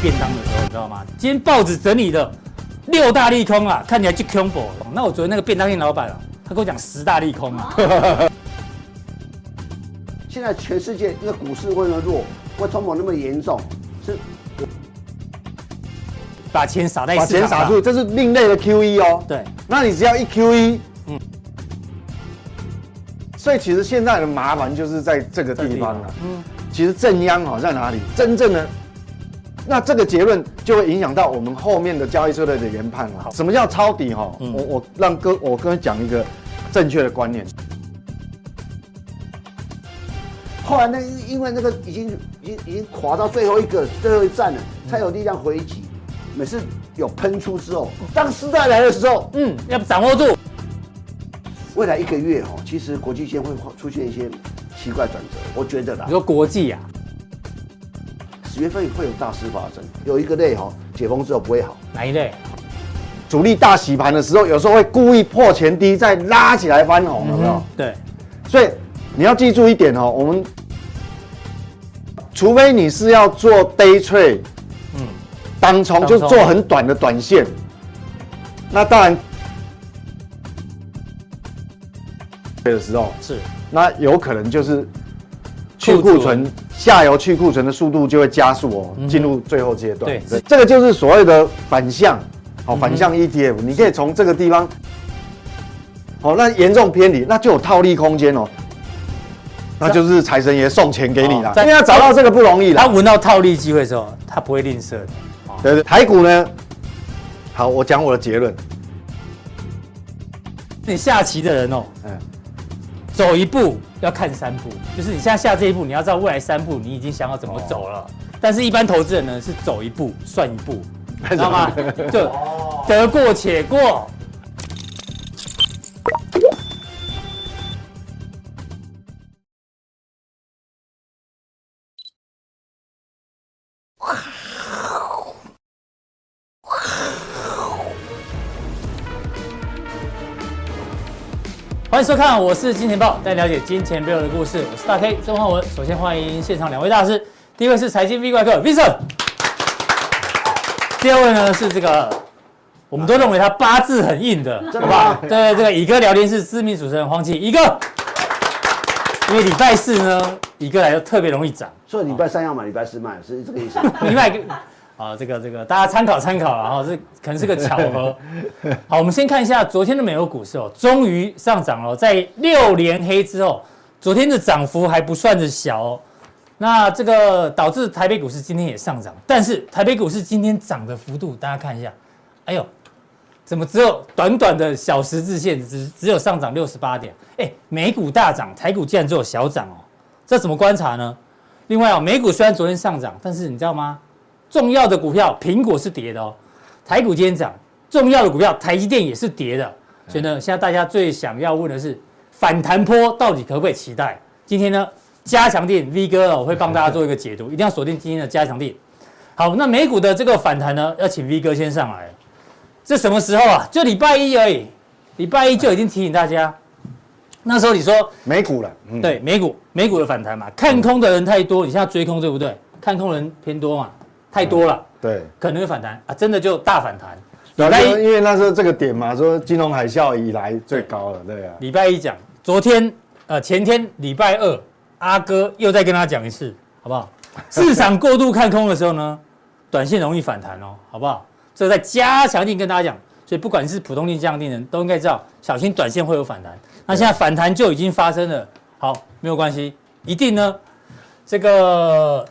便当的时候，你知道吗？今天报纸整理的六大利空啊，看起来就 combo。那我昨天那个便当店老板啊，他跟我讲十大利空啊， 现在全世界那个股市为什么弱？为通膨那么严重？是把钱撒在把市钱场撒上出，去，这是另类的 QE 哦。对，那你只要一 QE，嗯嗯，所以其实现在的麻烦就是在这个地方了、啊嗯，其实正央好在哪里？真正的，那这个结论就会影响到我们后面的交易策略的研判了好。什么叫抄底哈、嗯我我让哥我跟你讲一个正确的观念。后来那因为那个已经已经已经垮到最后一个最后一站了，才有力量回击。每次有喷出之后，当时代来的时候，嗯，要掌握住。未来一个月哦，其实国际间会出现一些奇怪转折，我觉得啦你。说国际啊，十月份会有大事发生，有一个类哈、解封之后不会好，哪一类？主力大洗盘的时候，有时候会故意破前低再拉起来翻红，有没有？嗯对，所以你要记住一点哦，我们除非你是要做 day trade，嗯，当冲当冲就做很短的短线，那当然的时候，是那有可能就是去库存嗯库存下游去库存的速度就会加速哦，哼进入最后阶段。对嗯是这个就是所谓的反向，好、反向 ETF，、你可以从这个地方，好、那严重偏离，那就有套利空间哦。那就是财神爷送钱给你哦啦，在因为要找到这个不容易啦他。闻到套利机会的时候，他不会吝啬的。对对，台股呢？好，我讲我的结论。你下棋的人哦，嗯，走一步要看三步，就是你现在下这一步，你要知道未来三步你已经想好怎么走哦了。但是，一般投资人呢是走一步算一 步，知道吗？就得过且过。欢迎收看，我是金钱豹，带你了解金钱背后的故事。我是大 K 钟汉文。首先欢迎现场两位大师，第一位是财经 V 怪客 Vincent，第二位呢是这个，我们都认为他八字很硬的，真的吗？对，啊这个乙哥聊天室知名主持人黄奇乙哥，因为礼拜四呢，乙哥来就特别容易涨，所以礼拜三要买，礼拜四卖，是这个意思。 另外一个啊，这个这个大家参考参考了哈，这可能是个巧合。好，我们先看一下昨天的美国股市哦，终于上涨了，哦在六连黑之后，昨天的涨幅还不算是小哦。那这个导致台北股市今天也上涨，但是台北股市今天涨的幅度，大家看一下，哎呦，怎么只有短短的小十字线只只有上涨六十八点？哎，美股大涨，台股竟然只有小涨哦，这怎么观察呢？另外哦，美股虽然昨天上涨，但是你知道吗？重要的股票苹果是跌的哦，台股今天涨，重要的股票台积电也是跌的。所以呢，现在大家最想要问的是，反弹波到底可不可以期待？今天呢，加强店 V 哥哦我会帮大家做一个解读，一定要锁定今天的加强店。好，那美股的这个反弹呢，要请 V 哥先上来。这什么时候啊？就礼拜一而已，礼拜一就已经提醒大家。那时候你说美股了，嗯，对美股美股的反弹嘛，看空的人太多，你现在追空对不对？看空人偏多嘛，太多了，对。可能会反弹啊，真的就大反弹。然礼后拜因为一因为那时候这个点嘛，说金融海啸以来最高了，对啊，礼拜一讲，昨天呃前天礼拜二，阿哥又再跟他讲一次，好不好？市场过度看空的时候呢，短线容易反弹哦，好不好？这在加强定跟大家讲，所以不管是普通定、加强定的人都应该知道，小心短线会有反弹。那现在反弹就已经发生了，好，没有关系，一定呢，这个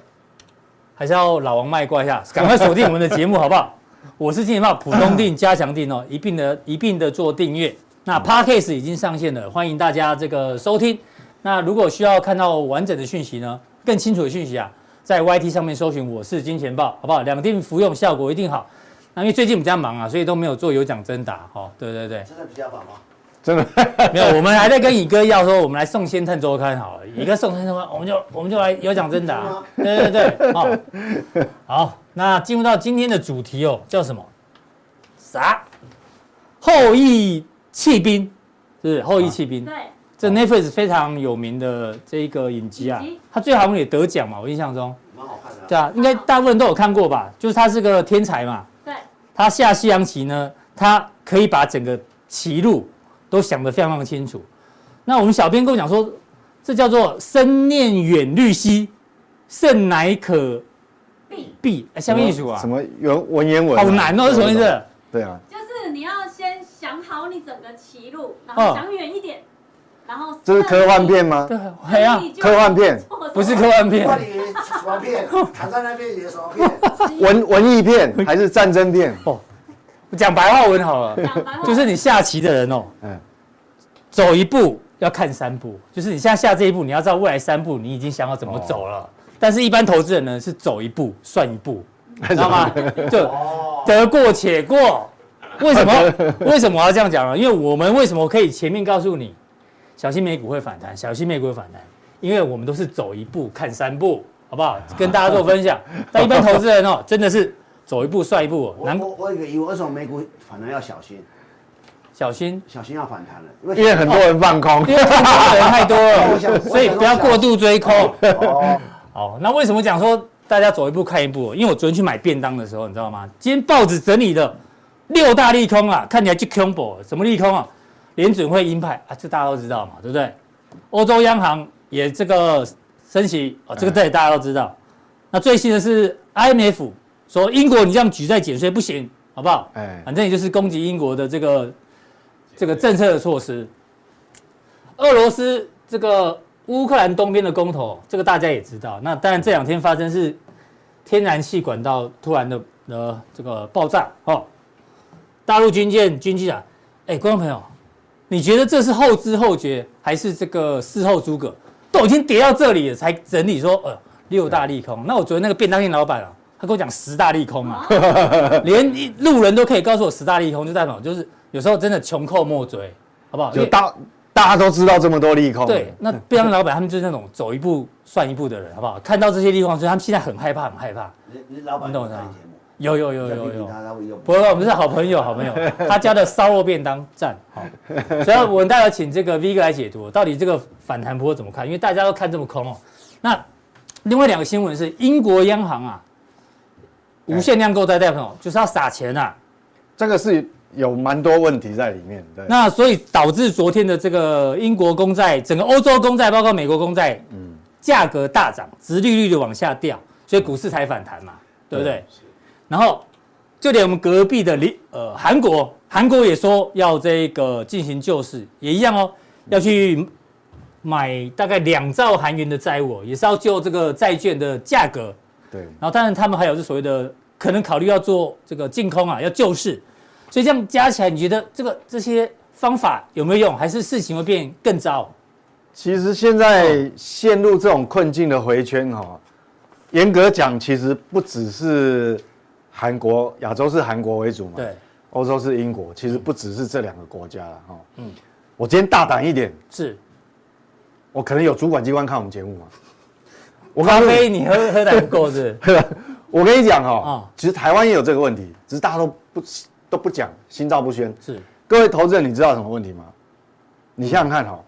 还是要老王卖瓜一下， 赶快锁定我们的节目，好不好？ 我是金钱豹普通定、加强定哦，一并的一并的做订阅。那 Podcast 已经上线了，欢迎大家这个收听。那如果需要看到完整的讯息呢，更清楚的讯息啊，在 YT 上面搜寻“我是金钱豹”，好不好？两定服用效果一定好。那因为最近比较忙啊，所以都没有做有奖征答。哦，对对对，真的比较好吗？真的。没有，我们还在跟乙哥要说，我们来送《先探周刊》好了，乙哥送《先探周刊》，我们就我们就来有奖征答。啊对对对， 好、好，那进入到今天的主题哦，叫什么？啥？后羿弃兵，是不是后羿弃兵。对，这 Netflix 非常有名的这一个影集啊影集，它最好像也得奖嘛，我印象中。蛮好看的、啊。对啊，应该大部分人都有看过吧？就是他是个天才嘛，对，他下西洋棋呢，他可以把整个棋路都想得非常非常清楚。那我们小编跟我讲说，这叫做深念远虑兮，胜乃可必避。哎下面一组啊什，么原文言文啊，好难哦，是什么意思？对啊，就是你要先想好你整个棋路，然后想远一点，然后这是科幻片吗？对，哎呀，科幻片不是科幻片，那你什么片？躺在那边演什么片？文文艺片还是战争片？讲白话文好了，幻就是你下棋的人哦，嗯，走一步要看三步，就是你现在下这一步，你要知道未来三步你已经想好怎么走了。但是，一般投资人呢是走一步 算一步，知道吗？就得过且过。为什 么？为什么我要这样讲呢？因为我们为什么可以前面告诉你，小心美股会反弹，小心美股会反弹，因为我们都是走一步看三步，好不好？跟大家做 分享。但一般投资人哦，真的是走一步算一步、哦，我难我我有个疑问，为什么美股反而要小心？小心。小心要反弹了，因为因为很多人放空因，为看空的人太多我想了，我想所以不要过度追空。哦， 好，那为什么讲说大家走一步看一步？因为我昨天去买便当的时候，你知道吗？今天报纸整理的六大利空啊，看起来就 combo，什么利空啊？联准会鹰派啊，这大家都知道嘛，对不对？欧洲央行也这个升息哦，这个这也大家都知道。那最新的是 IMF 说英国你这样举债减税不行，好不好？哎，反正也就是攻击英国的这个这个政策的措施。俄罗斯这个乌克兰东边的公投，这个大家也知道。那当然这两天发生是天然气管道突然的呃这个爆炸哦。大陆军舰军机啊，哎，观众朋友，你觉得这是后知后觉，还是这个事后诸葛？都已经跌到这里了，才整理说呃六大利空。那我昨天那个便当店老板啊，他跟我讲十大利空啊。 连一路人都可以告诉我十大利空，就代表就是有时候真的穷寇莫追，好不好？就因为大大家都知道这么多利空，哦啊对，那便当老板他们就是那种走一步算一步的人，好不好？看到这些利空，所以他们现在很害怕，很害怕。你你老板你懂有我看的节目，有有有有有有，他他会用不过我们是好朋友，好朋友，他家的烧肉便当赞好。所以我们待会请这个 V 哥来解读，到底这个反弹波怎么看？因为大家都看这么空哦。那另外两个新闻是英国央行啊，无限量购债代表就是要撒钱啊。这个是有蛮多问题在里面，对，那所以导致昨天的这个英国公债、整个欧洲公债，包括美国公债，嗯，价格大涨，殖利率的往下掉，所以股市才反弹嘛，对不对？然后就连我们隔壁的邻呃韩国，韩国也说要这个进行救市，也一样哦，要去买大概两兆韩元的债务哦、也是要救这个债券的价格。对，然后当然他们还有是所谓的可能考虑要做这个净空啊，要救市，所以这样加起来，你觉得这个这些方法有没有用，还是事情会变更糟？其实现在陷入这种困境的回圈哈、严格讲，其实不只是韩国，亚洲是韩国为主嘛，对，欧洲是英国，其实不只是这两个国家了哈。嗯，我今天大胆一点，是我可能有主管机关看我们节目嘛。我告咖诉啡你，你喝喝的不够是 不是我跟你讲哈、啊其实台湾也有这个问题，只是大家都不都不讲，心照不宣。是各位投资人，你知道什么问题吗？你想想看哈、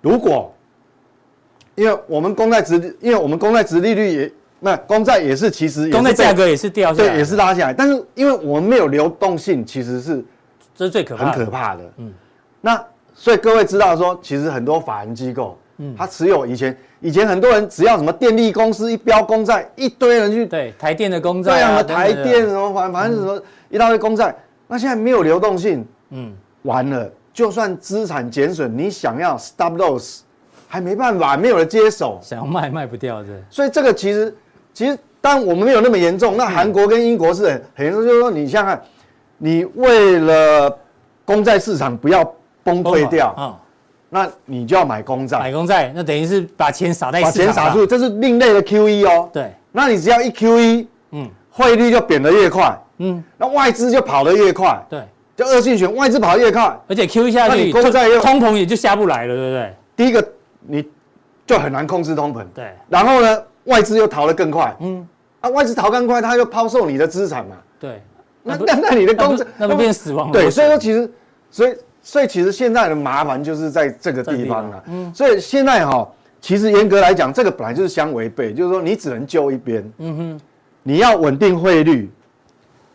如果因为我们公债值，因为我们公债值利率也那公债也是其实也是公债被价格也是掉下来，对也是，拉下来，但是因为我们没有流动性，其实是这是最可很怕可的。怕的。嗯嗯，那所以各位知道说，其实很多法人机构，嗯，他持有以前以前很多人只要什么电力公司一标公债，一堆人去对，台电的公对债啊，什啊，么台等等的电，什么反反正什么一大堆公债，那现在没有流动性，嗯，完了，就算资产减损，你想要 stop loss，还没办法，没有人接手，想要卖卖不掉的，所以这个其实其实当然我们没有那么严重，嗯那韩国跟英国是很很严重，就是说你想想看，你为了公债市场不要崩溃掉，啊，那你就要买公买债，公债，那等于是把钱撒在把市钱场啊上撒出，，这是另类的 QE 哦。对，那你只要一 QE，嗯汇率就贬得越快，嗯，那外资就跑得越快，对，就恶性循环，外资跑得越快，而且 Q 下那去，你公债又通膨也就下不来了，对不对？第一个你就很难控制通膨，对，然后呢，外资又逃得更快，嗯，啊，外资逃更快，它就抛售你的资产嘛，对，那那不那那你的那公不债那不变死亡了？对，所以说其实，所以所以其实现在的麻烦就是在这个地方了、这个地方嗯所以现在哈、其实严格来讲，这个本来就是相违背，就是说你只能救一边，嗯哼，你要稳定汇率，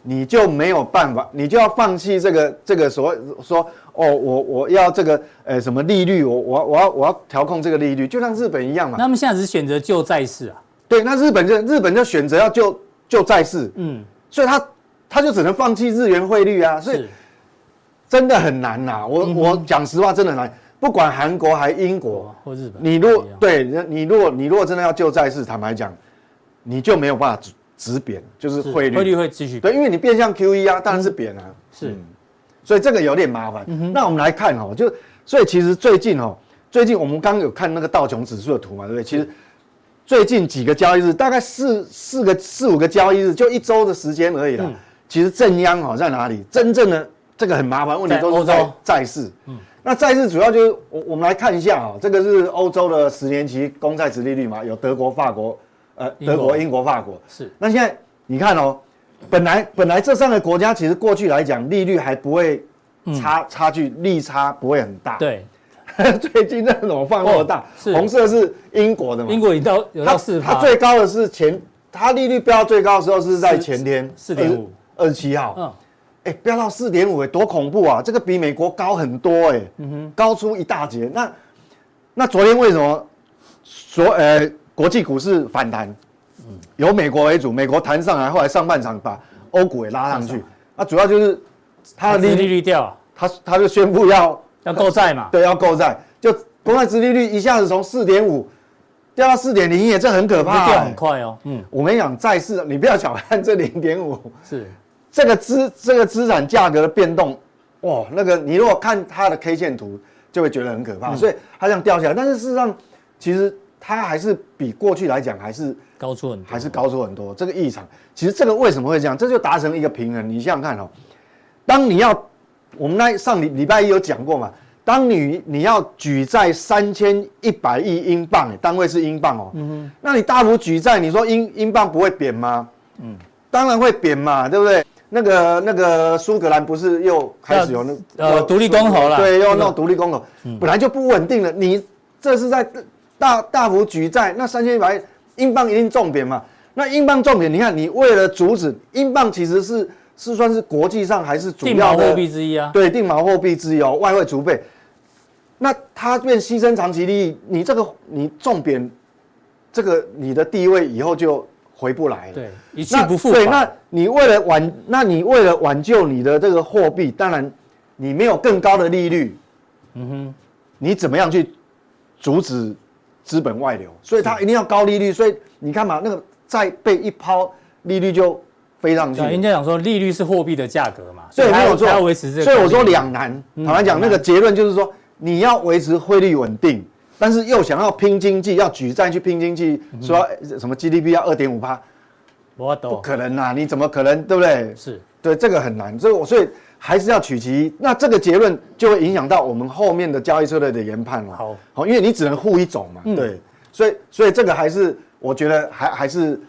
你就没有办法，你就要放弃这个这个所谓说哦，我我要这个呃什么利率，我我我要我要调控这个利率，就像日本一样嘛那。他们现在只选择救债市啊，对，那日本就日本就选择要救救债市，嗯，所以他他就只能放弃日元汇率啊，所以是，真的很难呐、我、我讲实话，真的很难。不管韩国还英国，或日本，你若一样对你如果你如果真的要救债市，坦白讲，你就没有办法直直贬，就是是汇率。汇率会继续，对，因为你变相 QE 啊，当然是贬啊。是所以这个有点麻烦。嗯那我们来看哦，就所以其实最近哦，最近我们刚有看那个道琼指数的图嘛，对不对？其实最近几个交易日，大概四四个四五个交易日，就一周的时间而已嗯啦。其实正央哦在哪里？真正的这个很麻烦，问题在都欧是在洲嗯债市。那债市主要就是我我们来看一下啊、这个是欧洲的十年期公债值利率嘛，有德国、法国，呃，英国德国、英国、法国。是那现在你看哦，本来本来这三个国家其实过去来讲利率还不会差、差距利差不会很大，，嗯对， 最近那种放那么大哦，是红色是英国的嘛，英国国已到有到四嗯它趴，最高的是前它利率飙到最高的时候是在前天四4.5二十七号，嗯，哎、飙到四点五，哎，多恐怖啊！这个比美国高很多、哎、嗯高出一大截。那那昨天为什么所呃国际股市反弹？嗯由美国为主，美国弹上来，后来上半场把欧股也拉上去。那主要就是它它的利利利率，率掉啊，它它就宣布要要购债嘛， 对要购债，就国债殖利率一下子从四点五掉到四点零一，这很可利怕、率掉哎很快哦，嗯，我跟你讲，债市你不要小看这零点五，是，这个资这个资产价格的变动，哇，那个你如果看它的 K 线图，就会觉得很可怕，所以它这样掉下来。但是事实上，其实它还是比过去来讲还是高出很多，还是高出很多。这个异常，其实这个为什么会这样？这就达成一个平衡。你想想看哦，当你要我们那上礼礼拜一有讲过嘛，当你你要举债三千一百亿英镑，单位是英镑哦，那你大幅举债，你说英英镑不会贬吗？当然会贬嘛，对不对？那个那个苏格兰不是又开始有那呃有独立公投了对，又弄独立公投，本来就不稳定了。你这是在大大幅举债，那三千一百英镑一定重贬嘛？那英镑重贬，你看你为了阻止英镑，其实是是算是国际上还是主定要锚的货币之一啊，对，定锚货币之一哦，外汇储备。那它变牺牲长期利益，你这个你重贬，这个你的地位以后就回不来了。对，一去那不复对，返那你为了挽，那你为了挽救你的这个货币，当然你没有更高的利率，嗯哼，你怎么样去阻止资本外流？所以它一定要高利率。所以你看嘛，那个债被一抛，利率就飞上去对啊，人了。家讲说利率是货币的价格嘛，所以没有它错要它要维持这个，所以我说，两难。坦白嗯两讲，难那个结论就是说，你要维持汇率稳定，但是又想要拼经济，要举债去拼经济，嗯说哎什么 GDP 要二点五趴，我不懂，可能啊！你怎么可能？对不对？是对，这个很难，所以我所以还是要取其一。那这个结论就会影响到我们后面的交易策略的研判了。好，嗯好，因为你只能护一种嘛，对，所以所以这个还是我觉得还还是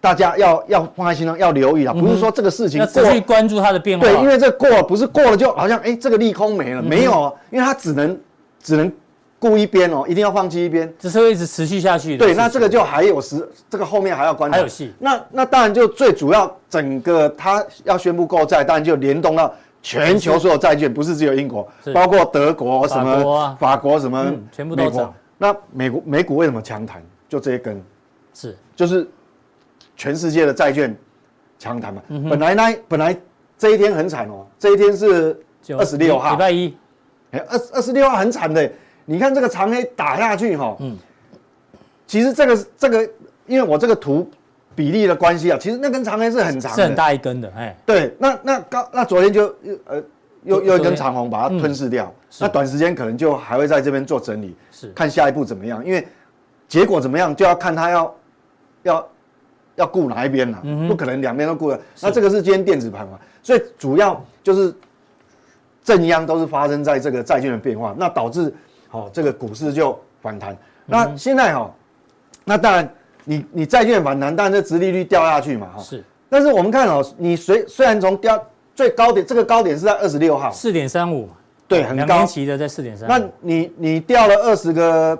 大家要要放在心上，要留意啦，不是说这个事情嗯要过持续关注它的变化，对，因为这过了不是过了就好像哎、这个利空嗯没了，没有啊，因为它只能只能顾一边哦，一定要放弃一边。这是会一直持续下去的事对，情。那这个就还有时，这个后面还要观察。还有戏那那当然就最主要，整个它要宣布购债，当然就联动到全球所有债券，不是只有英国是，包括德国什法么、国啊法国什么、嗯全部都美国涨。那美国美股为什么强弹？就这一根，是就是全世界的债券强弹嘛。嗯本来呢，本来这一天很惨哦，这一天是就二十六号礼，拜一，哎，二二十六号很惨的，你看这个长黑打下去哈，嗯，其实这个这个，因为我这个图比例的关系啊，其实那根长黑是很长是的，很大一根的，哎，对，那那高那昨天就又呃昨又又一昨根天嗯长红把它吞噬掉，是那短时间可能就还会在这边做整理，是看下一步怎么样，因为结果怎么样就要看它要要要顾哪一边了、嗯不可能两边都顾了。那这个是今天电子盘嘛，所以主要就是正央都是发生在这个债券的变化，那导致好、哦、这个股市就反嗯弹。那现在哈、哦，那当然你你债券反弹，但这殖利率掉下去嘛哈、哦，是但是我们看哦，你虽虽然从掉最高点，这个高点是在二十六号，四点三五，对，很两高年。期的在四点三，那你你掉了二十个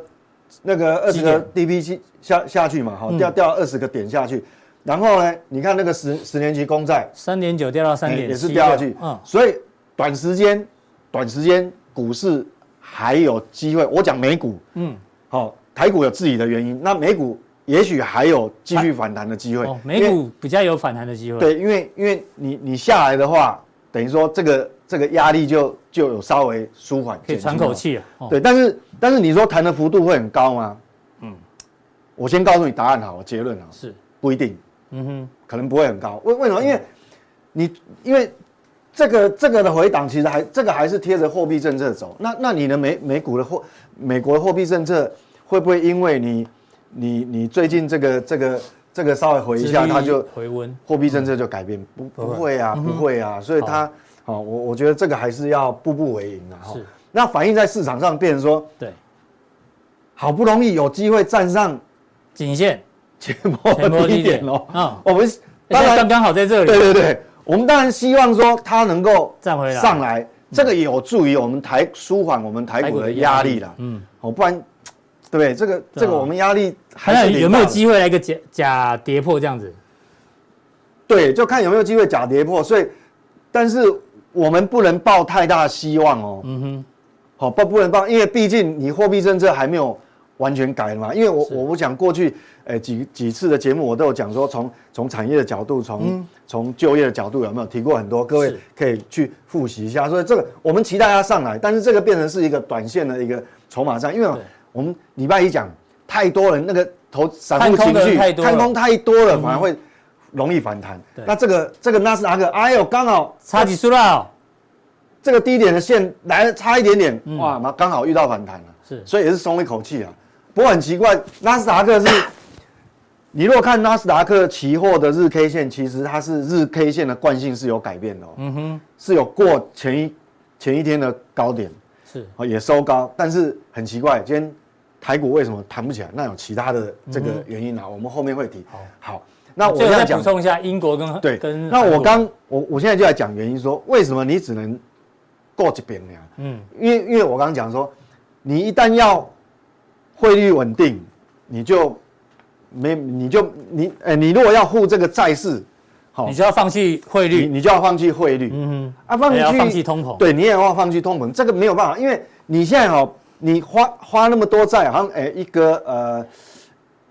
那个二几十点嗯个 DP 下下去嘛，哈，掉掉二十个点下去，然后呢，你看那个十十年期公债三点九掉到三哎点，也是掉下去，嗯，所以短时间短时间股市还有机会。我讲美股，嗯，好、台股有自己的原因，那美股也许还有继续反弹的机会哦，。美因为股比较有反弹的机会。，对，因为因为你你下来的话，等于说这个这个压力就就有稍微舒缓，可以减轻喘口了。气了。哦，对，但是但是你说弹的幅度会很高吗？嗯，我先告诉你答案好了，结论好了，是，不一定。嗯哼，可能不会很高。为为什么？因为你因为这个这个的回档，其实还这个还是贴着货币政策走。那那你的美美股的货美国的货币政策会不会因为你你你最近这个这个这个稍微回一下，殖利它就回温。货币政策就改变？不不不会嗯会啊，不会啊。所以它好，我我觉得这个还是要步步为营啊。哈是那反映在市场上，变成说对，好不容易有机会站上 颈线前波低点哦。啊，我们大当家然刚刚好在这里。对对对，我们当然希望说它能够站回来嗯上来，这个也有助于我们台舒缓我们台股的压力啦。嗯，啊哦，不然，对不对？这个这个我们压力还还是有有没有挺大的？机会来一个假假跌破这样子？对，就看有没有机会假跌破。所以，但是我们不能抱太大希望哦。嗯哼，好、不不能放，因为毕竟你货币政策还没有完全改嘛。因为我是我我讲过去，呃几几次的节目我都有讲说从，从产业的角度，从从、就业的角度有没有提过很多，各嗯位是可以去复习一下。所以这个我们期待它上来，但是这个变成是一个短线的一个筹码战，因为对我们礼拜一讲太多人那个投散看户空情的人绪太多了看空太多了，反而会容易反弹对。那这个这个纳斯达克，哎呦，刚好差几输了哦，这个低点的线来得差一点点，嗯哇，刚好遇到反弹了，是所以也是松了一口气啊。不过很奇怪，纳斯达克是，你如果看纳斯达克期货的日 K 线，其实它是日 K 线的惯性是有改变的、哦，嗯哼，是有过前一前一天的高点，是哦也收高，但是很奇怪，今天台股为什么弹不起来？那有其他的这个原因啊，我们后面会提。好，那我嗯最后要再讲补充一下，英国跟对，跟那韩我国刚我我现在就来讲原因说为什么你只能过这边呢？嗯因为因为我刚刚讲说，你一旦要汇率稳定，你就没你就你呃你如果要护这个债市，好你，就要放弃汇你率，你就要放弃汇率，嗯啊，哼，放也要放弃弃通膨，对，你也要放弃通膨，这个没有办法，因为你现在哦，你花花那么多债，好像哎、一个呃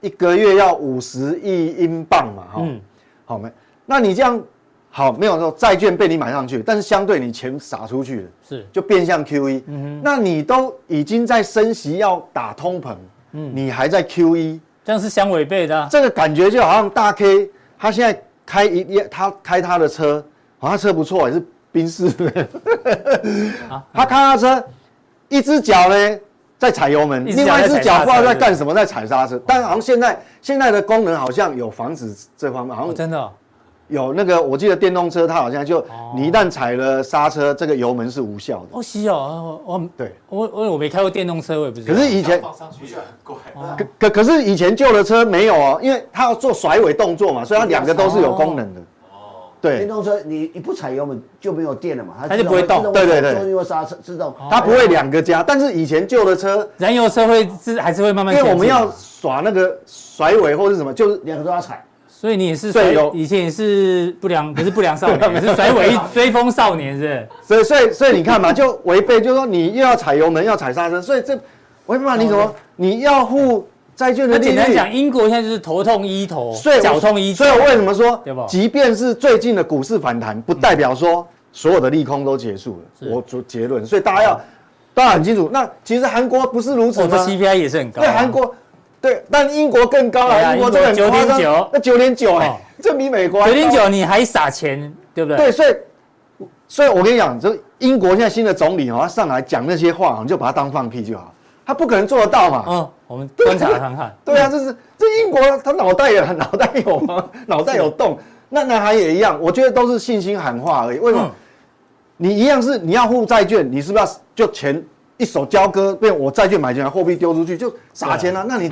一个月要五十亿英镑嘛，哈、嗯，好没？那你这样好没有说债券被你买上去，但是相对你钱撒出去了，是就变相 QE。那嗯你都已经在升息要打通膨，嗯你还在 E，QE，这样是相违背的啊，这个感觉就好像大 K 他现在开一他开他的车，好、像车不错，也是 宾士的，啊他开他的车，一只脚呢在踩油门，一只脚另外一只在踩刹车哦脚不知道在干什么，在踩刹车。但好像现在现在的功能好像有防止这方面，好哦，像真的哦有那个，我记得电动车它好像就你一旦踩了刹车，这个油门是无效的。哦，是哦哦，我我对，我我我没开过电动车，我也不知道。可是以前哦放上去就很怪。可可可是以前旧的车没有哦，因为它要做甩尾动作嘛，所以它两个都是有功能的。电哦对，动车你你不踩油门就没有电了嘛，它就不会动自对对对自动会刹车自动，哦它不会两个加，但是以前旧的车，燃油车会是还是会慢慢前因为进，我们要耍那个甩尾或是什么，就是两个都要踩。所以你也是对甩有，以前也是不 良，不是不良少年，也是甩尾一追风少年，是不是？所以所以所以你看嘛，就违背，就是说你又要踩油门，又要踩刹车，所以这违背嘛，你怎哦么你要付债券的那利简单率？讲，英国现在就是头痛医头哦所以，我脚痛医脚所以，我为什么说对吧，即便是最近的股市反弹，不代表说所有的利空都结束了。我做结论，所以大家要大家很清楚。那其实韩国不是如此哦我的吗？ CPI 也是很高啊。对韩国，对，但英国更高对啊了，英国这个英国很夸张9.9那九点九哦哎，这比美国还九高零九，你还撒钱，对不对？对，所以所以我跟你讲，这英国现在新的总理哦，他上来讲那些话哦，你就把他当放屁就好，他不可能做得到嘛。嗯，我们观察看看。对啊，这是这英国他脑袋也脑袋有吗？脑袋有洞。那南韩也一样，我觉得都是信心喊话而已。为什么？嗯你一样是你要护债券，你是不是要就钱一手交割，变我债券买进来，货币丢出去就撒钱啊？那你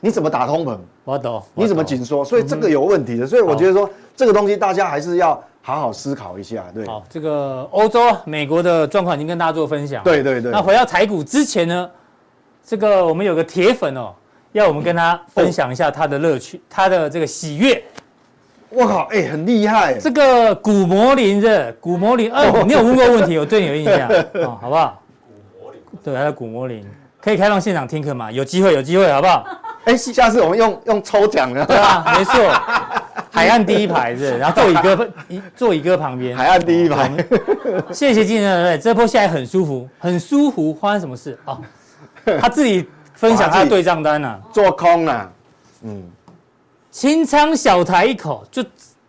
你怎么打通膨？我懂。你怎么我懂紧缩？所以这嗯个有问题的。所以我觉得说这个东西大家还是要好好思考一下。对，好，这个欧洲、美国的状况已经跟大家做分享。对对对那回到台股之前呢，这个我们有个铁粉哦，要我们跟他分享一下他的乐趣，他的这个喜悦。我靠，哎、很厉害、这个古魔灵的古魔灵，哦哎、你有问过问题，我对你有印 象，哦，好不好？古魔灵，对，还有古魔灵，可以开放现场听课吗？有机会，有机会，好不好？哎、下次我们用用抽奖对 的，啊，没错，海岸第一排 是，然后坐乙哥一坐乙哥旁边，哦海岸第一排，谢谢金人，对，这波下来很舒服，很舒服，发生什么事哦？他自己分享他的对账单啊，做空啦。嗯，清仓小台一口，就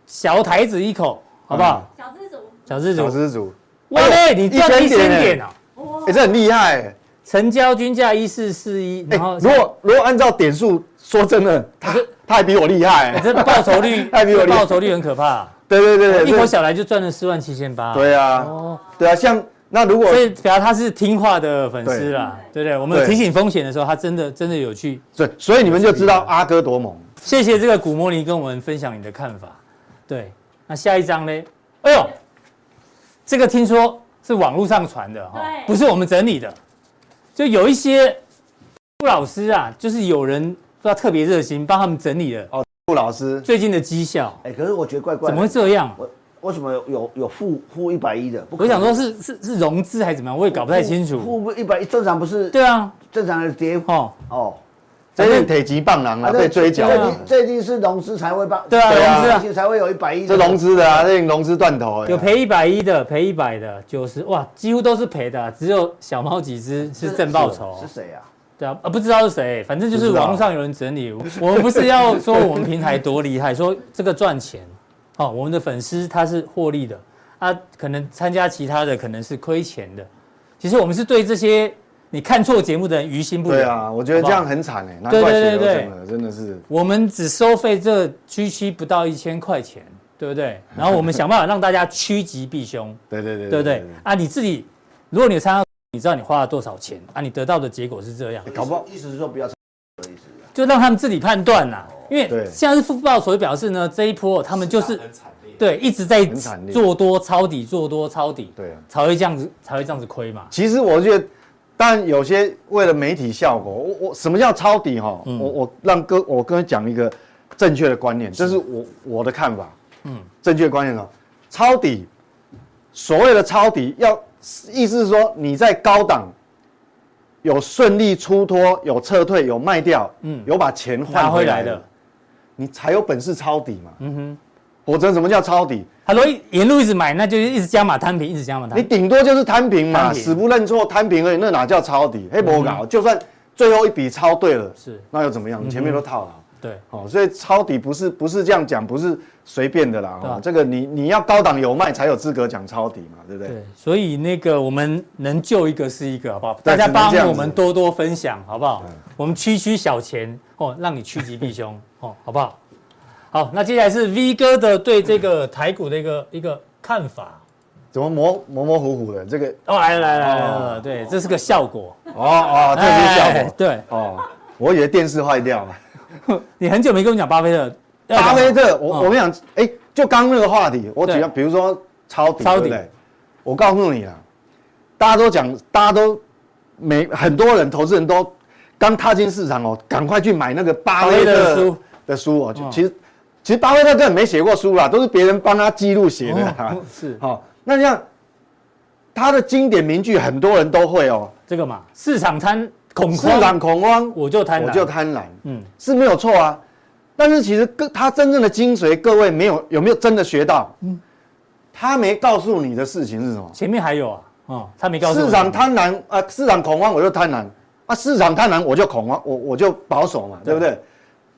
小台子一口，好不好？小资族，小资嗯小主，资主，哇嘞，你赚一一千千点欸点啊！哦哎、这很厉害、哎成交均价一四四一，哎、然后如果如果按照点数，说真的，他他还比我厉害、你哎这报酬率， 太没有这力报酬率很可怕，对对对对，一口这小来就赚了四万七千八，对啊，哦，对啊，像那如果所以表达他是听话的粉丝啦，对不对？我们有对提醒风险的时候，他真的真的有去。对，所以你们就知道阿哥多猛。谢谢这个古莫尼跟我们分享你的看法，对，那下一张嘞？哎呦，这个听说是网络上传的哈对，不是我们整理的，就有一些傅老师啊，就是有人不知道特别热心，帮他们整理了傅老师，最近的绩效。哎，可是我觉得怪怪怎的，么会这样？我为什么有有有负负一百一的？不可我能想说是是是融资还是怎么样，我也搞不太清楚。负负一百一正常不是对啊，正常的跌幅哦，哦，这是铁骑棒狼啊，这被追缴这对一啊定这一定是融资才会把对啊对啊融资啊才会有一百一这融资的啊，这融资断头哎，有赔一百一的，赔一百的，九十哇，几乎都是赔的啊、只有小猫几只是正报酬。是谁啊？对啊，啊不知道是谁，反正就是不知道网络上有人整理。我们不是要说我们平台多厉害，说这个赚钱，哦，我们的粉丝他是获利的，啊，可能参加其他的可能是亏钱的。其实我们是对这些你看错节目的人于心不忍。对啊，我觉得这好样不好很惨哎，难对怪对血流对成了，真的是我们只收费这区区不到一千块钱，对不对？然后我们想办法让大家趋吉避 凶，对对对对不对？啊，你自己如果你有参加，你知道你花了多少钱啊？你得到的结果是这样，搞不好意思是说不要的意思。就让他们自己判断啦。因为对现在是负报酬，就表示呢这一波他们就是啊很惨烈。对一直在很惨烈做多抄底，做多抄底，对啊。才会这样子才会这样子亏嘛。其实我觉得，但有些为了媒体效果，我我什么叫抄底哈？嗯我我让哥我跟你讲一个正确的观念，这是我我的看法。嗯嗯，正确的观念哦，抄底，所谓的抄底，要意思是说你在高档。有顺利出脱，有撤退，有卖掉，嗯嗯，有把钱拿换回回来来的的，，你才有本事抄底嘛。嗯哼。否则什么叫抄底？他说一沿路一直买，那就是一直加码摊平，一直加码摊你平。顶多就是摊平嘛，哎摊平嗯死不认错摊平而已，那哪叫抄底？黑博搞，就算最后一笔抄对了，是嗯那又怎么样？你前面都套牢，对，哦，所以抄底不是不是这样讲，不是随便的啦，对啊哦，这个你你要高档有卖才有资格讲抄底嘛，对不对？对，所以那个我们能救一个是一个，好不好？大对家只能帮这样我们子嗯多多分享，好不好？我们区区小钱哦，让你趋吉避凶哦，好不好？好，那接下来是 V 哥的对这个台股的一嗯个一个看法。怎么模模模糊糊的这个？哦，来了来了来了来了，对，这是个效果，哦哦， 这是效哎果对哦，我以为电视坏掉了。你很久没跟我讲巴菲特，要巴讲菲特，我哦我跟你讲，哎，就刚那个话题，我举对个，比如说抄底，抄对不底对？我告诉你啊，大家都讲，大家都每很多人，投资人都刚踏进市场哦，赶快去买那个巴巴菲菲特特的书的书哦。就嗯其实其实巴菲特根本没写过书啦，都是别人帮他记录写的啊哦。 是好，那像他的经典名句，很多人都会哦，这个嘛，市场贪恐市慌，场恐慌，我就贪婪，我就贪婪。嗯，是没有错啊，但是其实各他真正的精髓，各位没有有没有真的学到？嗯他没告诉你的事情是什么？前面还有啊，哦，他没告诉我市场贪婪啊、市场恐慌我就贪婪啊，市场贪婪我就恐慌，我我就保守嘛，对不对？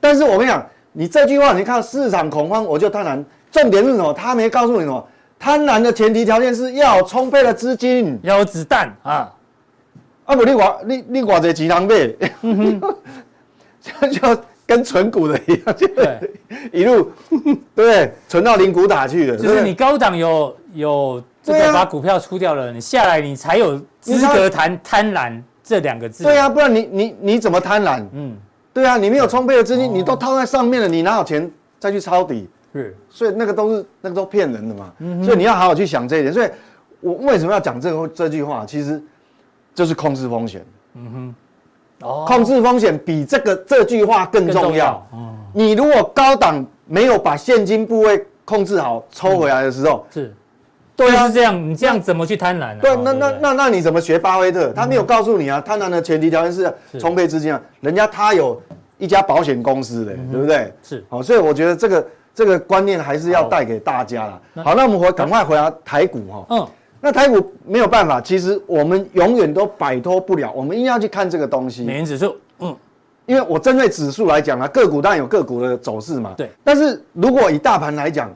但是我跟你讲，你这句话，你看市场恐慌我就贪婪，重点是什么？他没告诉你什么？贪婪的前提条件是要有充沛的资金，要有子弹啊，啊不你寡你你寡这几狼狈，嗯这 就跟存股的一样，就对。 一路对存到零股打去的，就是你对高档有有这对个啊把股票出掉了，你下来你才有资格谈贪婪这两个字。不对对啊，，不然你你你怎么贪婪？嗯，对啊，你没有充沛的资金，哦你都套在上面了，你哪有钱再去抄底？是所以那个都是那个都骗人的嘛。嗯所以你要好好去想这一点。所以我为什么要讲这个这句话？其实就是控制风险。嗯哼，哦控制风险比这个这句话更更重重要要。。嗯，你如果高档没有把现金部位控制好，抽回来的时候，是，对就啊是，这样，你这样怎么去贪婪呢？对，啊哦那那不对嗯那那你怎么学巴菲特？他没有告诉你啊，贪婪的前提条件是是充沛资金啊，人家他有一家保险公司嗯的，对不对？是好，所以我觉得这个这个观念还是要带给大家啦。好，那我们回赶快回到台股哈、嗯，那台股没有办法，其实我们永远都摆脱不了，我们一定要去看这个东西。美元指数，嗯，因为我针对指数来讲啊，个股当然有个股的走势嘛。对。但是如果以大盘来讲，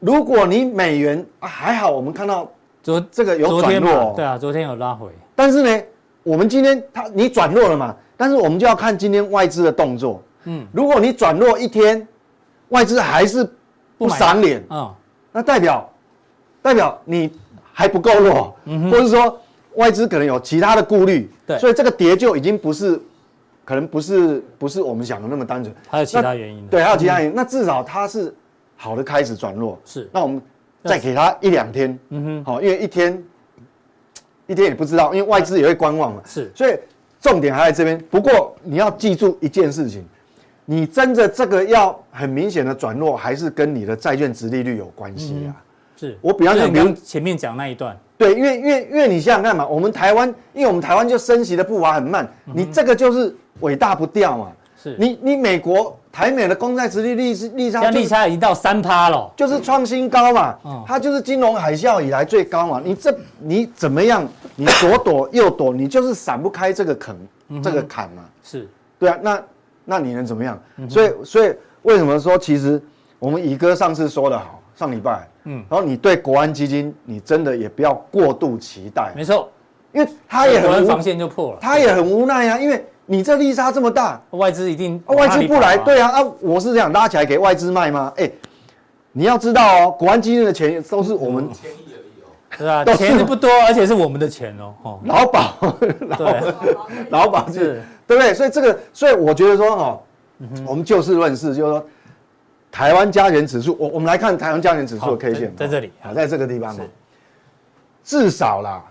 如果你美元、啊、还好，我们看到，昨这个有昨天嘛转弱哦对啊，昨天有拉回，但是呢，我们今天它你转弱了嘛，但是我们就要看今天外资的动作。嗯，如果你转弱一天，外资还是不不买赏脸，嗯，那代表代表你还不够弱，或者说外资可能有其他的顾虑，嗯对所以这个跌就已经不是，可能不是不是我们想的那么单纯，还有其那他原因的。对，还有其他原因，那至少它是好的开始转弱，是那我们再给它一两天，嗯哼，好，因为一天一天也不知道，因为外资也会观望嘛，是所以重点还在这边。不过你要记住一件事情，你真的这个要很明显的转弱，还是跟你的债券值利率有关系啊。是，我比方就是讲你刚前面讲那一段，对，因为因为因为你想想看嘛，我们台湾，因为我们台湾就升息的步伐很慢，你这个就是尾大不掉嘛。嗯是你你美国台美的公债殖利率是利差像就是利差已经到三趴了，就是创新高嘛，嗯它就是金融海啸以来最高嘛。你这你怎么样？你左躲右躲，你就是闪不开这个坑、嗯这个坎嘛。是对啊，那那你能怎么样？嗯所以所以为什么说其实我们乙哥上次说的好，上礼拜，嗯嗯，然后你对国安基金，你真的也不要过度期待，没错，因为他也国安很防无线就破了，他也很无奈啊，因为你这利差这么大，外资一定啊外资不来，对啊，啊，啊，我是这样拉起来给外资卖吗？哎、你要知道哦，国安基金的钱都是我们嗯是 啊，都是钱是不多，而且是我们的钱哦，哦，劳保、 对，劳保去是，嗯对不对？所以这个，所以我觉得说哦，我们就事论事，就是说台湾加权指数，我我们来看台湾加权指数的好 K 线，在在这里好，在这个地方哦，至少啦，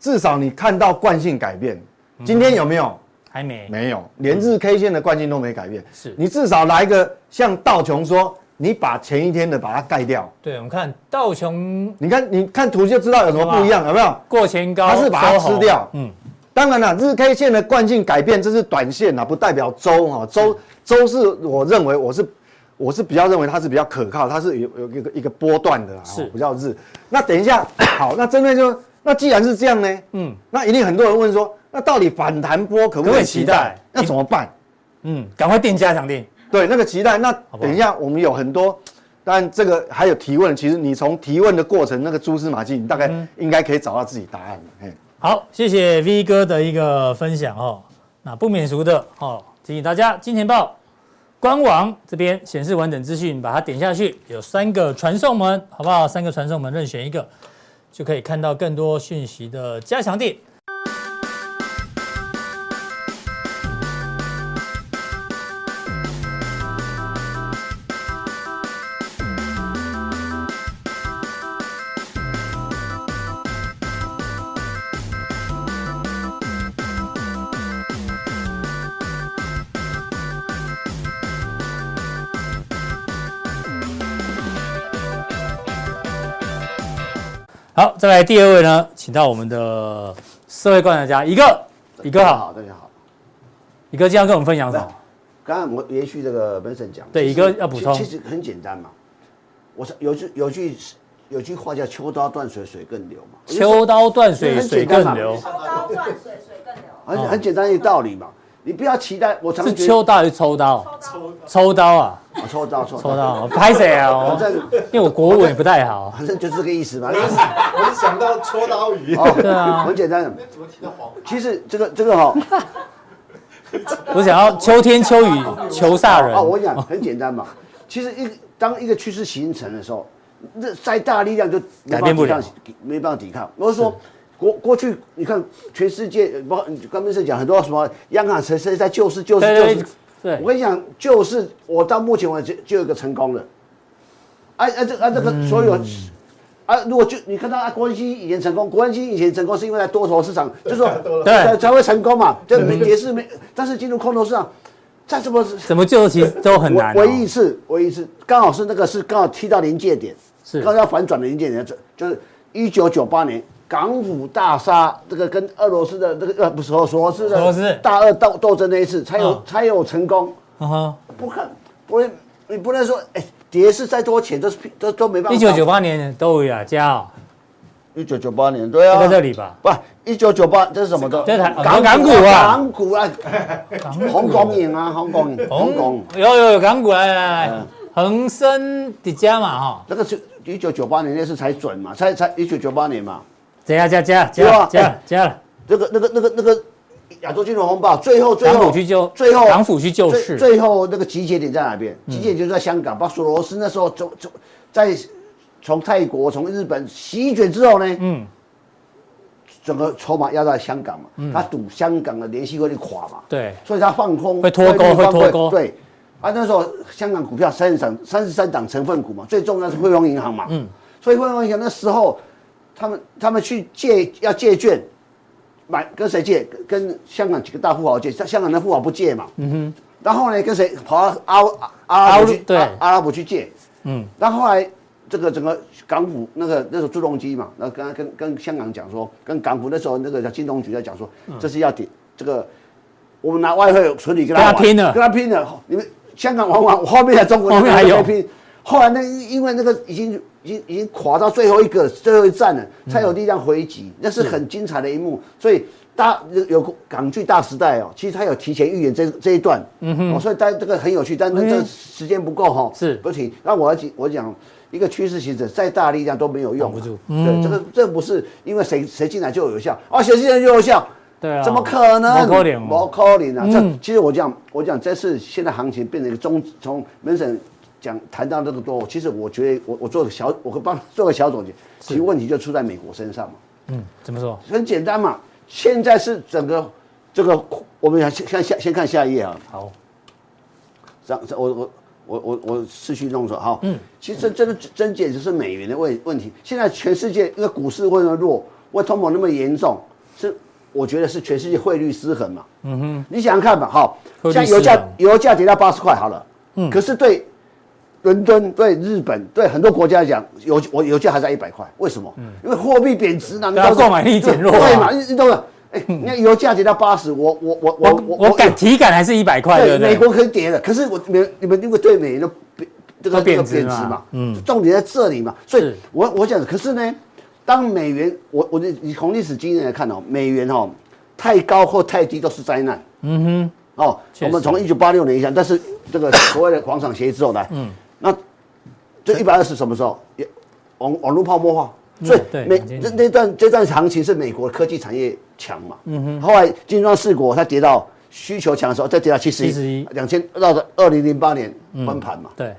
至少你看到惯性改变，嗯今天有没有？还没，没有，连日 K 线的惯性都没改变。哎是你至少来一个像道琼说，你把前一天的把它盖掉。对，我们看道琼你看，你看图就知道有什么不一样，有没有？过前高，它是把它收红吃掉嗯，当然了，日 K 线的惯性改变，这是短线啊，不代表周哈、周周是我认为我是我是比较认为它是比较可靠，它是有有一个一个波段的啦，是哦比较日。那等一下， 好，那针对就那既然是这样呢，嗯嗯，那一定很多人问说，那到底反弹波可可不不可可以以期期待待？那怎么办？嗯，赶快店加强店，对，那个期待。那好等一下，我们有很多，但这个还有提问。其实你从提问的过程，那个蛛丝马迹，你大概嗯应该可以找到自己答案。哎、好，谢谢 V 哥的一个分享哦。那不免俗的哦，提醒大家，《金钱豹》官网这边显示完整资讯，把它点下去，有三个传送门，好不好？三个传送门任选一个，就可以看到更多讯息的加强点。好，再来第二位呢，请到我们的社会观察家一个一个啊好，大家好。一个今天要跟我们分享什么？刚刚我延续这个本省讲，对其实一个要补充其其实很简单嘛。我是有句有句有句话叫“秋刀断水，水更流”嘛，秋刀断水，因为很水简单嘛更流，抽刀断水，水更流。很很简单一个道理嘛。你不要期待，我常是觉得秋刀还是抽刀？抽刀啊，啊抽刀抽抽， 刀，拍谁啊？反哦正因为我国文也不太好。反正就是这个 意思嘛。啊我是想到戳刀 鱼，哦，对啊很简单。怎么提到黄？其实这个这个哈，我想要秋天秋雨求煞人。啊，我讲很简单嘛。其实一当一个趋势形成的时候，那再大力量就没办法改变不了抵抗，没办法抵抗。我是说，过过去你看全世界，包括刚才是讲很多什么央行谁谁在救市救市对救对市，对我跟你讲，救市嗯我到目前为止就有一个成功的，啊啊这啊这个所有啊，如果就你看到啊，国安基金以前成功，国安基金以前成功是因为在多头市场，就是说对嗯才才会成功嘛，就没也是没，但是进入空头市场，再这么怎么救其实都很难哦、唯唯一一次，唯一一次，刚好是那个是刚好踢到临界点，是刚好要反转的临界点，这就是一九九八年港府大杀这个跟俄罗斯的这个呃不是俄罗斯的俄罗斯大俄斗斗争那一次，才有、嗯才有成功。嗯哼，不看，不能你不能说哎，跌是再多钱都是屁都都没办法。一九九八年都有雅加哦，一九九八年，对啊，就在这里吧。不，一九九八这是什么的？这台港港股啊哦港股啊， 红港影啊，红港影，红港。嗯有有有港股来来嗯来，恒生底加嘛哈，那个是一九九八年那次才准嘛，才才一九九八年嘛，怎样加加有啊加加哎加了，那个那个那个那个亚洲金融风暴，最后最港后府去救，最后港府去救最市，最后那个集结点在哪边？集结点就在香港，把索罗斯那时候从从在从泰国从日本席卷之后呢，嗯，整个筹码压在香港嘛，他赌香港的联系汇率垮嘛，对，所以他放空会脱钩汇率放会脱钩对，啊那时候香港股票三十档三十三档成分股嘛，最重要是汇丰银行嘛，嗯所以汇丰银行那时候他们他们去借要借券，买跟谁借？跟跟香港几个大富豪借，香香港的富豪不借嘛，嗯哼，然后呢跟谁跑到阿阿阿拉伯阿去鲁对阿阿拉伯去借，嗯，然后后来这个整个港府那个那时候朱镕基嘛，然后跟跟跟香港讲说，跟港府那时候那个叫金融局在讲说，嗯这是要抵这个，我们拿外汇存底跟跟他他玩拼了跟他拼了，你们香港玩完，我后面的中国后面还有那个拼。后来那因为那个已经已经已经垮到最后一个最后一站了，嗯才有力量回击，那是很精彩的一幕。所以大有有港剧《大时代》哦，其实他有提前预演这这一段，嗯哼，哦、所以但这个很有趣，但是这个时间不够哈、哦，嗯是不行。那我要讲我讲一个趋势形成，再大力量都没有用、啊挡不住对，这个这不是因为谁谁进来就有效，哦，谁进来就有效。对啊怎么可能？没可能哦没可能啊！嗯这其实我讲，我讲这次现在行情变成一个中，从门诊讲谈到这个多，其实我觉得我我做个小，我会帮做个小总结。其实问题就出在美国身上嘛，嗯，怎么说？很简单嘛。现在是整个这个，我们先看下先看下一页啊。好，这样，这我我我我我持续弄说好。嗯，其实这真的真解就是美元的问问题。现在全世界因为股市为什么弱，为通膨那么严重，是我觉得是全世界汇率失衡嘛。嗯哼，你想想看吧，好汇，率像失油价衡油价跌到八十块好了，嗯，可是对伦敦、对日本、对很多国家来讲，油我油价还在一百块，为什么？因为货币贬值呢，你对啊到时候嗯购买力减弱啊对嘛？你你懂吗？哎，那油价跌到八十，我我我我我感体感还是一百块，对对，不美对？国可以跌了，可是我你们你们因为对美元的贬这个都贬这个值贬值嘛嘛，嗯嗯，重点在这里嘛，所以是我我讲，可是呢，当美元我我的你从历史经验来看哦，美元哦太高或太低都是灾难，嗯哼，哦，确我实们从一九八六年以前，但是这个 所谓的广场协议之后来，嗯，那这一百二十什么时候也网网络泡沫化？所以嗯对美两千这年那段这段行情是美国科技产业强嘛，嗯哼，后来金砖四国它跌到需求强的时候，再跌到七十嗯71两千到了二零零八年崩盘嘛，对，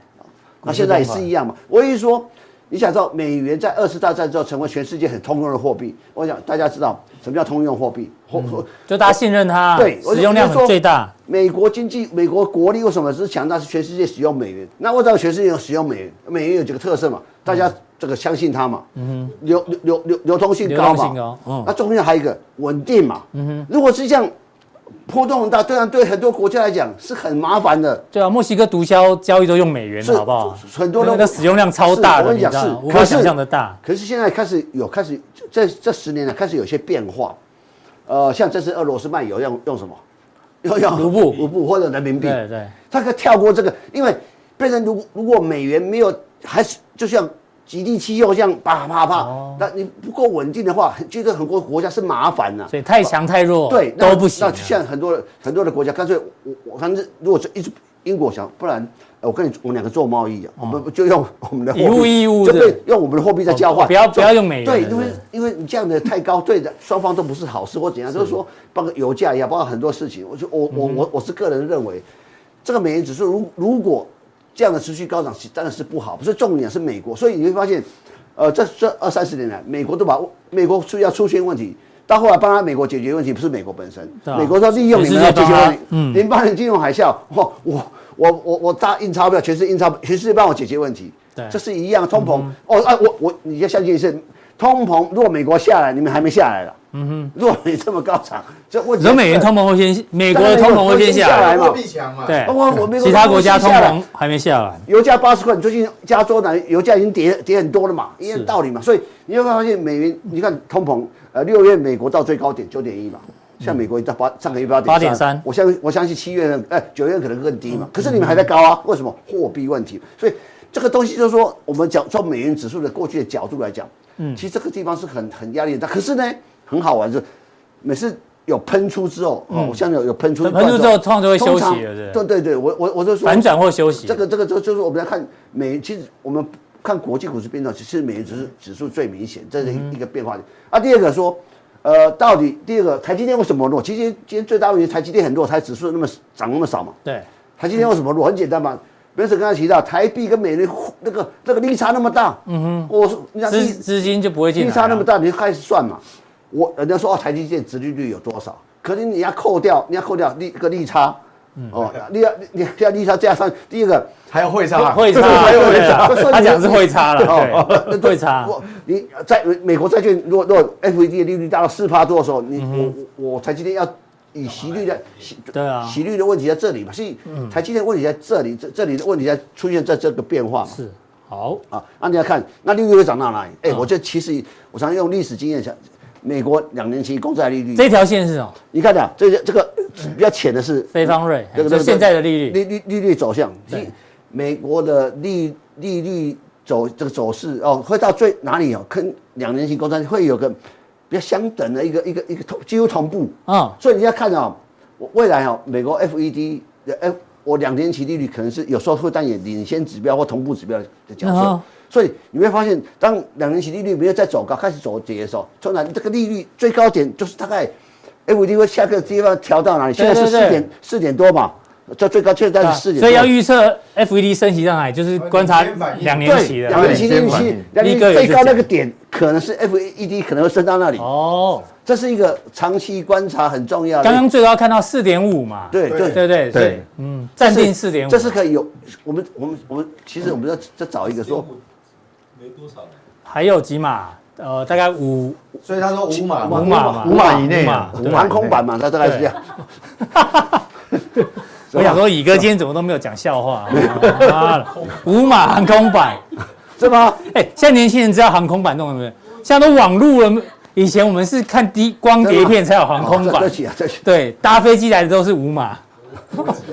那现在也是一样嘛。我意思说，你想知道美元在二次大战之后成为全世界很通用的货币，我想大家知道什么叫通用货币，货、就大家信任它，对我使用量我就很说最大，美国经济、美国国力为什么是强大？是全世界使用美元。那为什么全世界使用美元？美元有几个特色嗯嘛？大家这个相信它嘛，嗯哼，流流流流流通性流高嘛，动性高嗯那重要还有一个稳定嘛，嗯哼。如果是这样波动很大，当然对很多国家来讲是很麻烦的，对啊，墨西哥毒枭交易都用美元啊是的，好不好？很多那人个使用量超大是的，我跟你你知讲道吗，是无法可是想象的大。可是现在开始有开始这这十年来开始有些变化，呃，像这次俄罗斯卖油用用什么？用用卢布卢布或者人民币，对对，它可以跳过这个，因为变成如如果美元没有还是就像极地气候这样啪啪啪，哦那你不够稳定的话，就对很多国家是麻烦呐、所以太强太弱，对，那都不行啊那。像很多的很多的国家，干脆我我反正如果是一直英国想，不然。呃我跟你，我们两个做贸易啊，我们就用我们的货币哦以物易物就对对，用我们的货币在交哦换，不要就不要用美元对，对因为对因为你这样的太高，对的，双方都不是好事或怎样，就是说，包括油价也好，包括很多事情，我就我嗯我我我是个人认为，这个美元指数如如果这样的持续高涨，其当然是不好。不是重点是美国，所以你会发现，呃，这这二三十年来，美国都把美国出要出现问题，到后来帮他美国解决问题，不是美国本身，对啊美国说利用你们来解决问题。嗯零八年金融海啸，哇我我我我大印钞票，全是印钞，全是帮我解决问题。对这是一样通膨。哦，啊，我我你要相信是通膨，如果美国下来，你们还没下来了。嗯哼，如果你这么高涨，这问你题说美元通膨会先，美国的通膨会先下当然来有，货币强嘛，对哦，我我美国其他国家通通膨下来膨还没下来，油价八十块，你最近加州呢，油价已经跌跌很多了嘛，一样是道理嘛。所以你会发现美元，你看通膨，呃，六月美国到最高点九点一嘛，嗯像美国到八上个月八点8.3我相信我相信七月份，呃，九月份可能更嗯低嘛。可是你们还在高啊？为什么？货币问题。所以这个东西就是说，我们讲从美元指数的过去的角度来讲，嗯，其实这个地方是很很压力很大。可是呢，很好玩，就是每次有喷出之后，哦，我相信有有喷出一嗯喷段，出之后通常就会休息通常了对对对对，我我我就说反转或休息。这个这个就就是我们来看美元，其实我们看国际股市变动，其实美元指数指数最明显，这是一一个变化点。啊，第二个说，呃，到底第二个台积电为什么弱？其实今天最大问题，台积电很弱，它指数那么涨那么少嘛。对，台积电为什么弱？很简单嘛。别是刚才提到台币跟美元那个那个利差那么大，嗯哼，我说你看资利资金就不会进来利啊。差那么大，你就开始算嘛。我人家说哦，台积电殖利率有多少？可是你要扣掉，你要扣掉利个利差，嗯哦，利要你要利差加上第一个还有汇差，会差，对啊所以你他讲是会差了， 对，会差。哦我你在美国债券，如果如果 FED 的利率达到四趴多的时候，嗯你、我我我台积电要以息率的息对啊嗯息率的问题在这里嘛，所以台积电问题在这里，这这里的问题在出现在这个变化嘛。是啊好，啊，那你要看那利率会涨到哪里？哎、我这其实我常用历史经验讲，美国两年期公债利率，这条线是什么？你看啊，这个这个比较浅的是嗯非方瑞，就现在的利率。利率利率走向，对利美国的利利率走这个走势哦，会到最哪里哦？跟两年期公债会有个比较相等的一个一个一个同几乎同步，嗯，所以你要看哦，我未来哦，美国 FED 的呃 F 我两年期利率可能是有时候会扮演领先指标或同步指标的角嗯色哼。所以你会发现，当两年期利率没有再走高，开始走跌的时候，突然这个利率最高点就是大概 FED 会下个地方调到哪里？现在是对四对对点四点多嘛，这最高现在是四点多。所以要预测 FED 升息上来，就是观察两年期对，的两年期利率两年期两年期一个也是最高那这个样点，可能是 FED 可能会升到那里。哦。这是一个长期观察很重要的。刚刚最高看到四点五嘛，对对对对对对对，嗯，暂定四点五，这是可以有我们我们我们其实我们要再找一个说，没多少，还有几码？呃，大概五所以他说五码五嘛，码嘛，五码以内啊五码五对码航空版嘛，它大概是这样。我想说，乙哥今天怎么都没有讲笑话啊？妈的五码航空版，是吗？哎，现在年轻人知道航空版弄什么？现在都网路了，以前我们是看低光碟片才有航空哦对版不，起啊，对不起，对，搭飞机来的都是五码，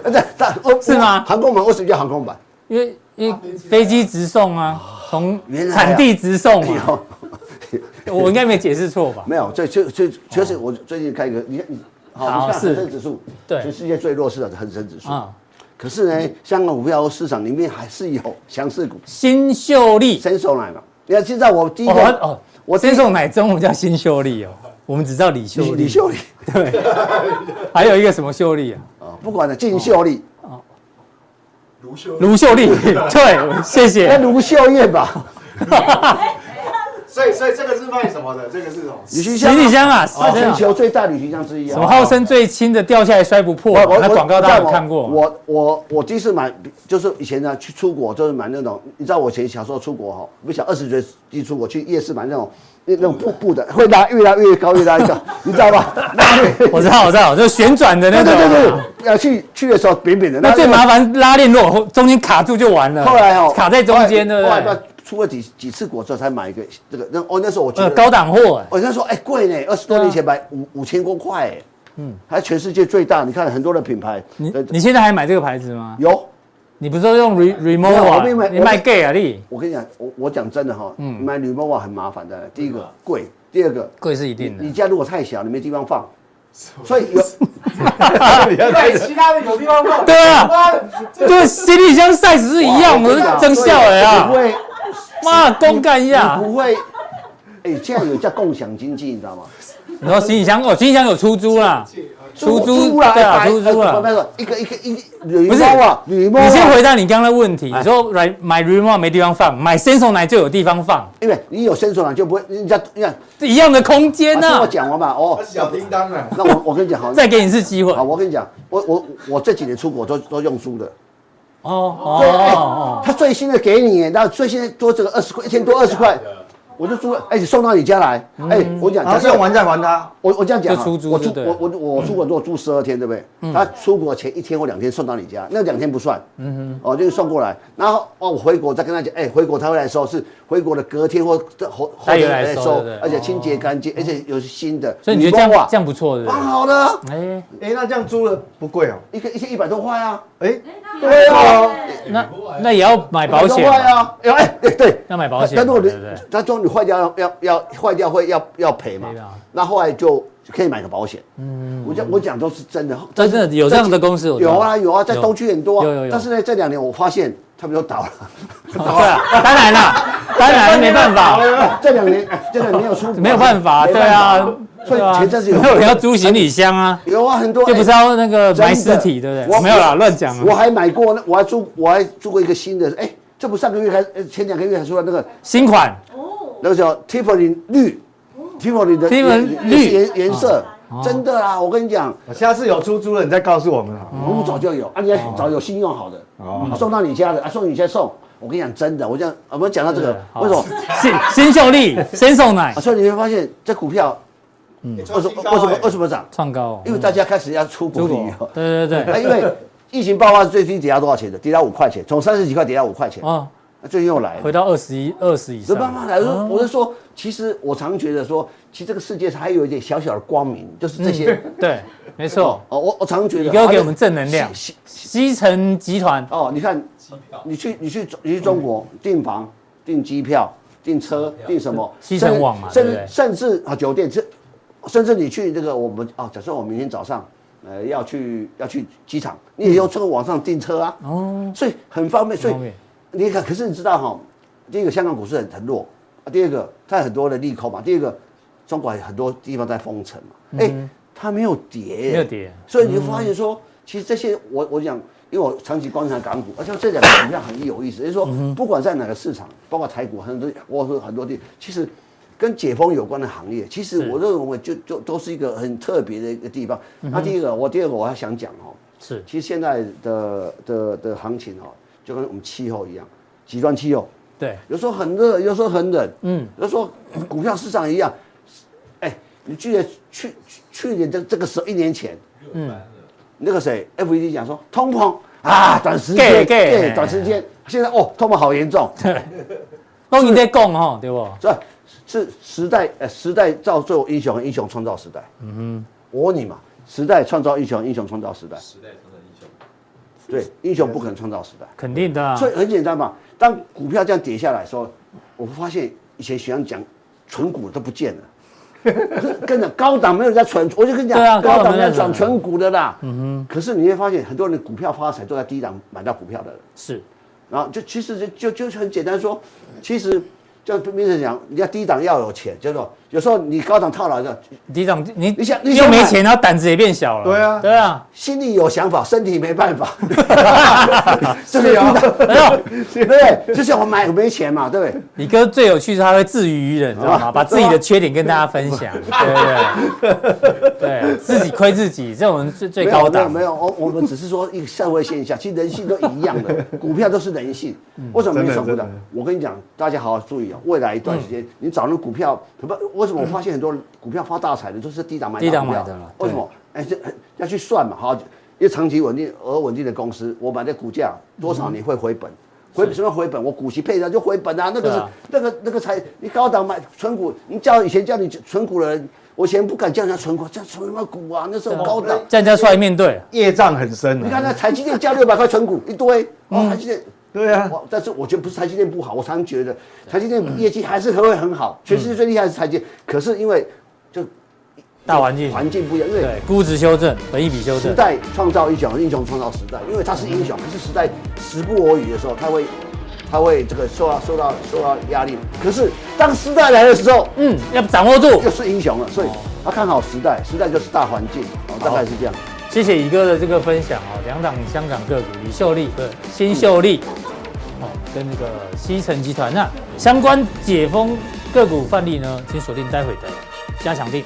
呃对，但哦是吗航空版为什么叫航空版？因为因为飞机直送啊，从原来啊产地直送没嘛，有，我应该没解释错吧？哦 没有，这这这确实，我最近看一个，你看，你好好，你看恒是生指数，对全世界最弱势的恒生指数。啊，可是呢，香港股票市场里面还是有强势股，新秀丽，伸手来嘛。你看，现在我第一哦个，哦，我我第一先送奶中文叫新秀丽哦，我们只知道李秀李丽，李秀丽对，还有一个什么秀丽啊？啊，不管了，靳秀丽，卢修，卢秀 丽，对，谢那谢。卢秀燕哦吧，所以所以这个是卖什么的？这个是什么？旅行箱行李啊，箱啊，它真的全啊球最大旅行箱之一啊。什么号称最轻的掉下来摔不破我嘛，我那我广告大家有我看过吗？我我我第一次买就是以前呢去出国就是买那种，你知道我以前小时候出国哈，不想二十岁一出国去夜市买那种那那种布布的，会拉越拉越高越拉越高，你知 道吧？拉越我知道，我知道，就旋转的那对对种啊。对对，对要去去的时候扁扁的，那最麻烦拉链，如果后中间卡住就完了。后来哦卡在中间，后对来不后来不知对道？出了几几次国之后才买一个这个，那哦那时候我觉呃，得高啊档货哎，我跟他说，哎、贵呢，二十多年前买五五千多块，哎，嗯，还全世界最大。你看很多的品牌，你呃你现在还买这个牌子吗？有。你不是都用 re 没有我 remova？没买你我卖 gay 啊你？我跟你讲，我我讲真的哈，嗯买铝箔瓦很麻烦的。第一个贵，第二个贵是一定你的你。家如果太小，你没地方放，所 以有啊 对，其他的有地方放。啊对 啊妈的，这对，行李箱 size 是一样，我是真笑哎呀，啊你不！会，妈，公干一下你。不会。哎，现在有叫共享经济，你知道吗？然后行李箱哦，行李箱有出租啦，出租啦，对啊，哎出租哎不啦。是不是一个一个一个铝不是箔瓦，铝啊箔瓦。你先回答你刚刚的问题，哎你说买买 remote 没地方放，买 s e n s o 奶就有地方放，因为你有伸手了，就不会人家你看，一样的空间啊听呐我。讲完嘛，哦他，小叮当啊， 那我我跟你讲好，再给你一次机会好，，我跟你讲，我我我这几年出国都都用租的，哦哦哦，他最新的给你，那最新的多这个二十块，一天多二十块，啊我就租了，哎，送到你家来，哎，我讲，然假后设用完再还他，我我这样讲嗯就啊，出租我就出对了嗯我我我出国如果住十二天，对不对？他出国前一天或两天送到你家，那两天不算，嗯哼，哦，就是送过来，然后哦，我回国再跟他讲，哎，回国他会来收，是回国的隔天或后后他也天来来收对不对哦而且清洁干净，而且有新的，所以你觉得这女工样啊这样不错的，蛮好的啊，哎，哎，那这样租了不贵哦，一个一天一百多块啊，哎，对啊哎那那也要买保100险多块嘛，啊，哎呦哎哎对，要买保险嘛，但如果你对不对？他说你坏掉要要要坏掉会要要赔嘛赔的啊，那后来就可以买个保险。嗯，我讲我讲都是真的，真的有这样的公司我知道有啊有啊，在有东区很多啊。有有有但是呢，这两年我发现他们都倒 了，对啊，当然了，当然没办 法，这两年这两年有出没有办法，对啊，所对以啊前阵子有没有人要租行李箱啊，有啊很多，又不是哎要那个埋尸体，真对的不对？我没有啦，乱讲我啊。还买过呢，我还租我还租过一个新的，哎，这不上个月还呃前两个月还出了那个新款哦，那个叫 Tiffany 绿，Tiffany 的 Tiffany 颜绿哦颜颜色，真的啊，我跟你讲。我下次有出租了你再告诉我们啊。哦服务早就有，啊，你要找有信用好的，嗯送到你家的，啊，送你家送。我跟你讲真的，我讲我们讲到这个，好为什么？新新秀丽、新送奶啊，所以你会发现这股票嗯哎为什么啊为什么为什么涨？创高哦，因为大家开始要出国出旅国游，，对对啊，对，因为疫情爆发最低跌到多少钱的？跌到五块钱，从三十几块跌到五块钱，哦，那最近又来了回。到二十一、二十以所上以，慢慢来，我哦说我是说，其实我常觉得说，其实这个世界上还有一点小小的光明，就是这些。对，嗯没错。哦，我我常觉得，你给我给我们正能量啊。西西西城集团哦，你看，你去你去你去中国嗯订房、订机票、订车、订什么？西城嗯网嘛甚对不对至甚至甚至啊酒店，甚甚至你去这个我们啊，假设我明天早上呃要去要去机场，你也用这个网上订车啊，嗯哦，所以很方便。所以很方便你看，可是你知道哈，第一个香港股市很很弱，啊，第二个它有很多的利空嘛，第二个中国很多地方在封城嗯嘛，哎、它没有跌耶，没有跌所以你就发现说，其实这些我我讲，因为我长期观察港股，而且这两个股票很有意思，就是说，嗯不管在哪个市场，包括台股很多，我说很多地，其实跟解封有关的行业，其是嗯实我认为就就都是一个很特别的一个地方。那第一个，我第二个我还想讲哦，是其实现在的的的行情哦，就跟我们气候一样，极端气候，对，有时候很热，有时候很冷，嗯，有时候股票市场一样。哎，你记得去去去年的这个时候一年前，嗯，那个谁 FED 讲说通膨啊，短时 gay，间 gay，对短时间，现在哦，通膨好 严重，都你在供哈，对不？是吧是时代呃时代造就英雄，英雄创造时代。嗯我问你嘛，时代创造英雄，英雄创造时代，时代成了英雄，对，英雄不可能创造时代。肯定的啊，所以很简单嘛，当股票这样跌下来的时候，我发现以前喜欢讲存股都不见了。跟着高档没有人在存，我就跟你讲，对啊高高档档没在有人在转存存股的啦。嗯哼。可是你会发现，很多人股票发财都在低档买到股票的人。是然后就其实就就就很简单说，其实就明哲讲，你要低档要有钱，就是说有时候你高档套牢的，李长，你你想你又想没买钱，然后胆子也变小了，对啊对啊，心里有想法，身体没办法，就是低档，哎呦对不对？就像我买没钱嘛，对不对？你哥最有趣是他会自娱于人，知道啊吗？把自己的缺点跟大家分享，对对对，对自己亏自己，这种是最最没有高没有档，没有，哦我我们只是说一个社会 现象，其实人性都一样的，股票都是人性。嗯为什么没有真的涨股真的的？我跟你讲，大家好好注意哦，未来一段时嗯间，你找那股票，不，为什么我发现很多股票发大财的都是低档买低档股票买的了为什么？哎，这要去算嘛，好，因为长期稳定而稳定的公司，我买的股价多少你会回本？回什么回本？我股息配的就回本啊，那个嗯对是啊那个那个才你高档买存股，你叫以前叫你存股的人，我以前不敢叫人家存股，叫存什么股啊？那时候高档。站家出来面对，业障很深你看啊。那台积电加六百块存股一堆，哦，台积电，嗯对啊，哇！但是我觉得不是台积电不好，我常觉得台积电业绩还是会很好，全世界最厉害的是台积电。可是因为就大环境环境不一样，因为对估值修正，本益比修时正，代创造英雄，英雄创造时代，因为他是英雄，可是时代时不我与的时候，他会他会这个受到受到受到压力。可是当时代来的时候，嗯，要掌握住又。是英雄了，所以哦他看好时代，时代就是大环境，哦，大概是这样。谢谢乙哥的这个分享哦，两档香港个股李秀丽和新秀丽，哦，跟这个西城集团，那相关解封个股范例呢，请锁定待会的加强定。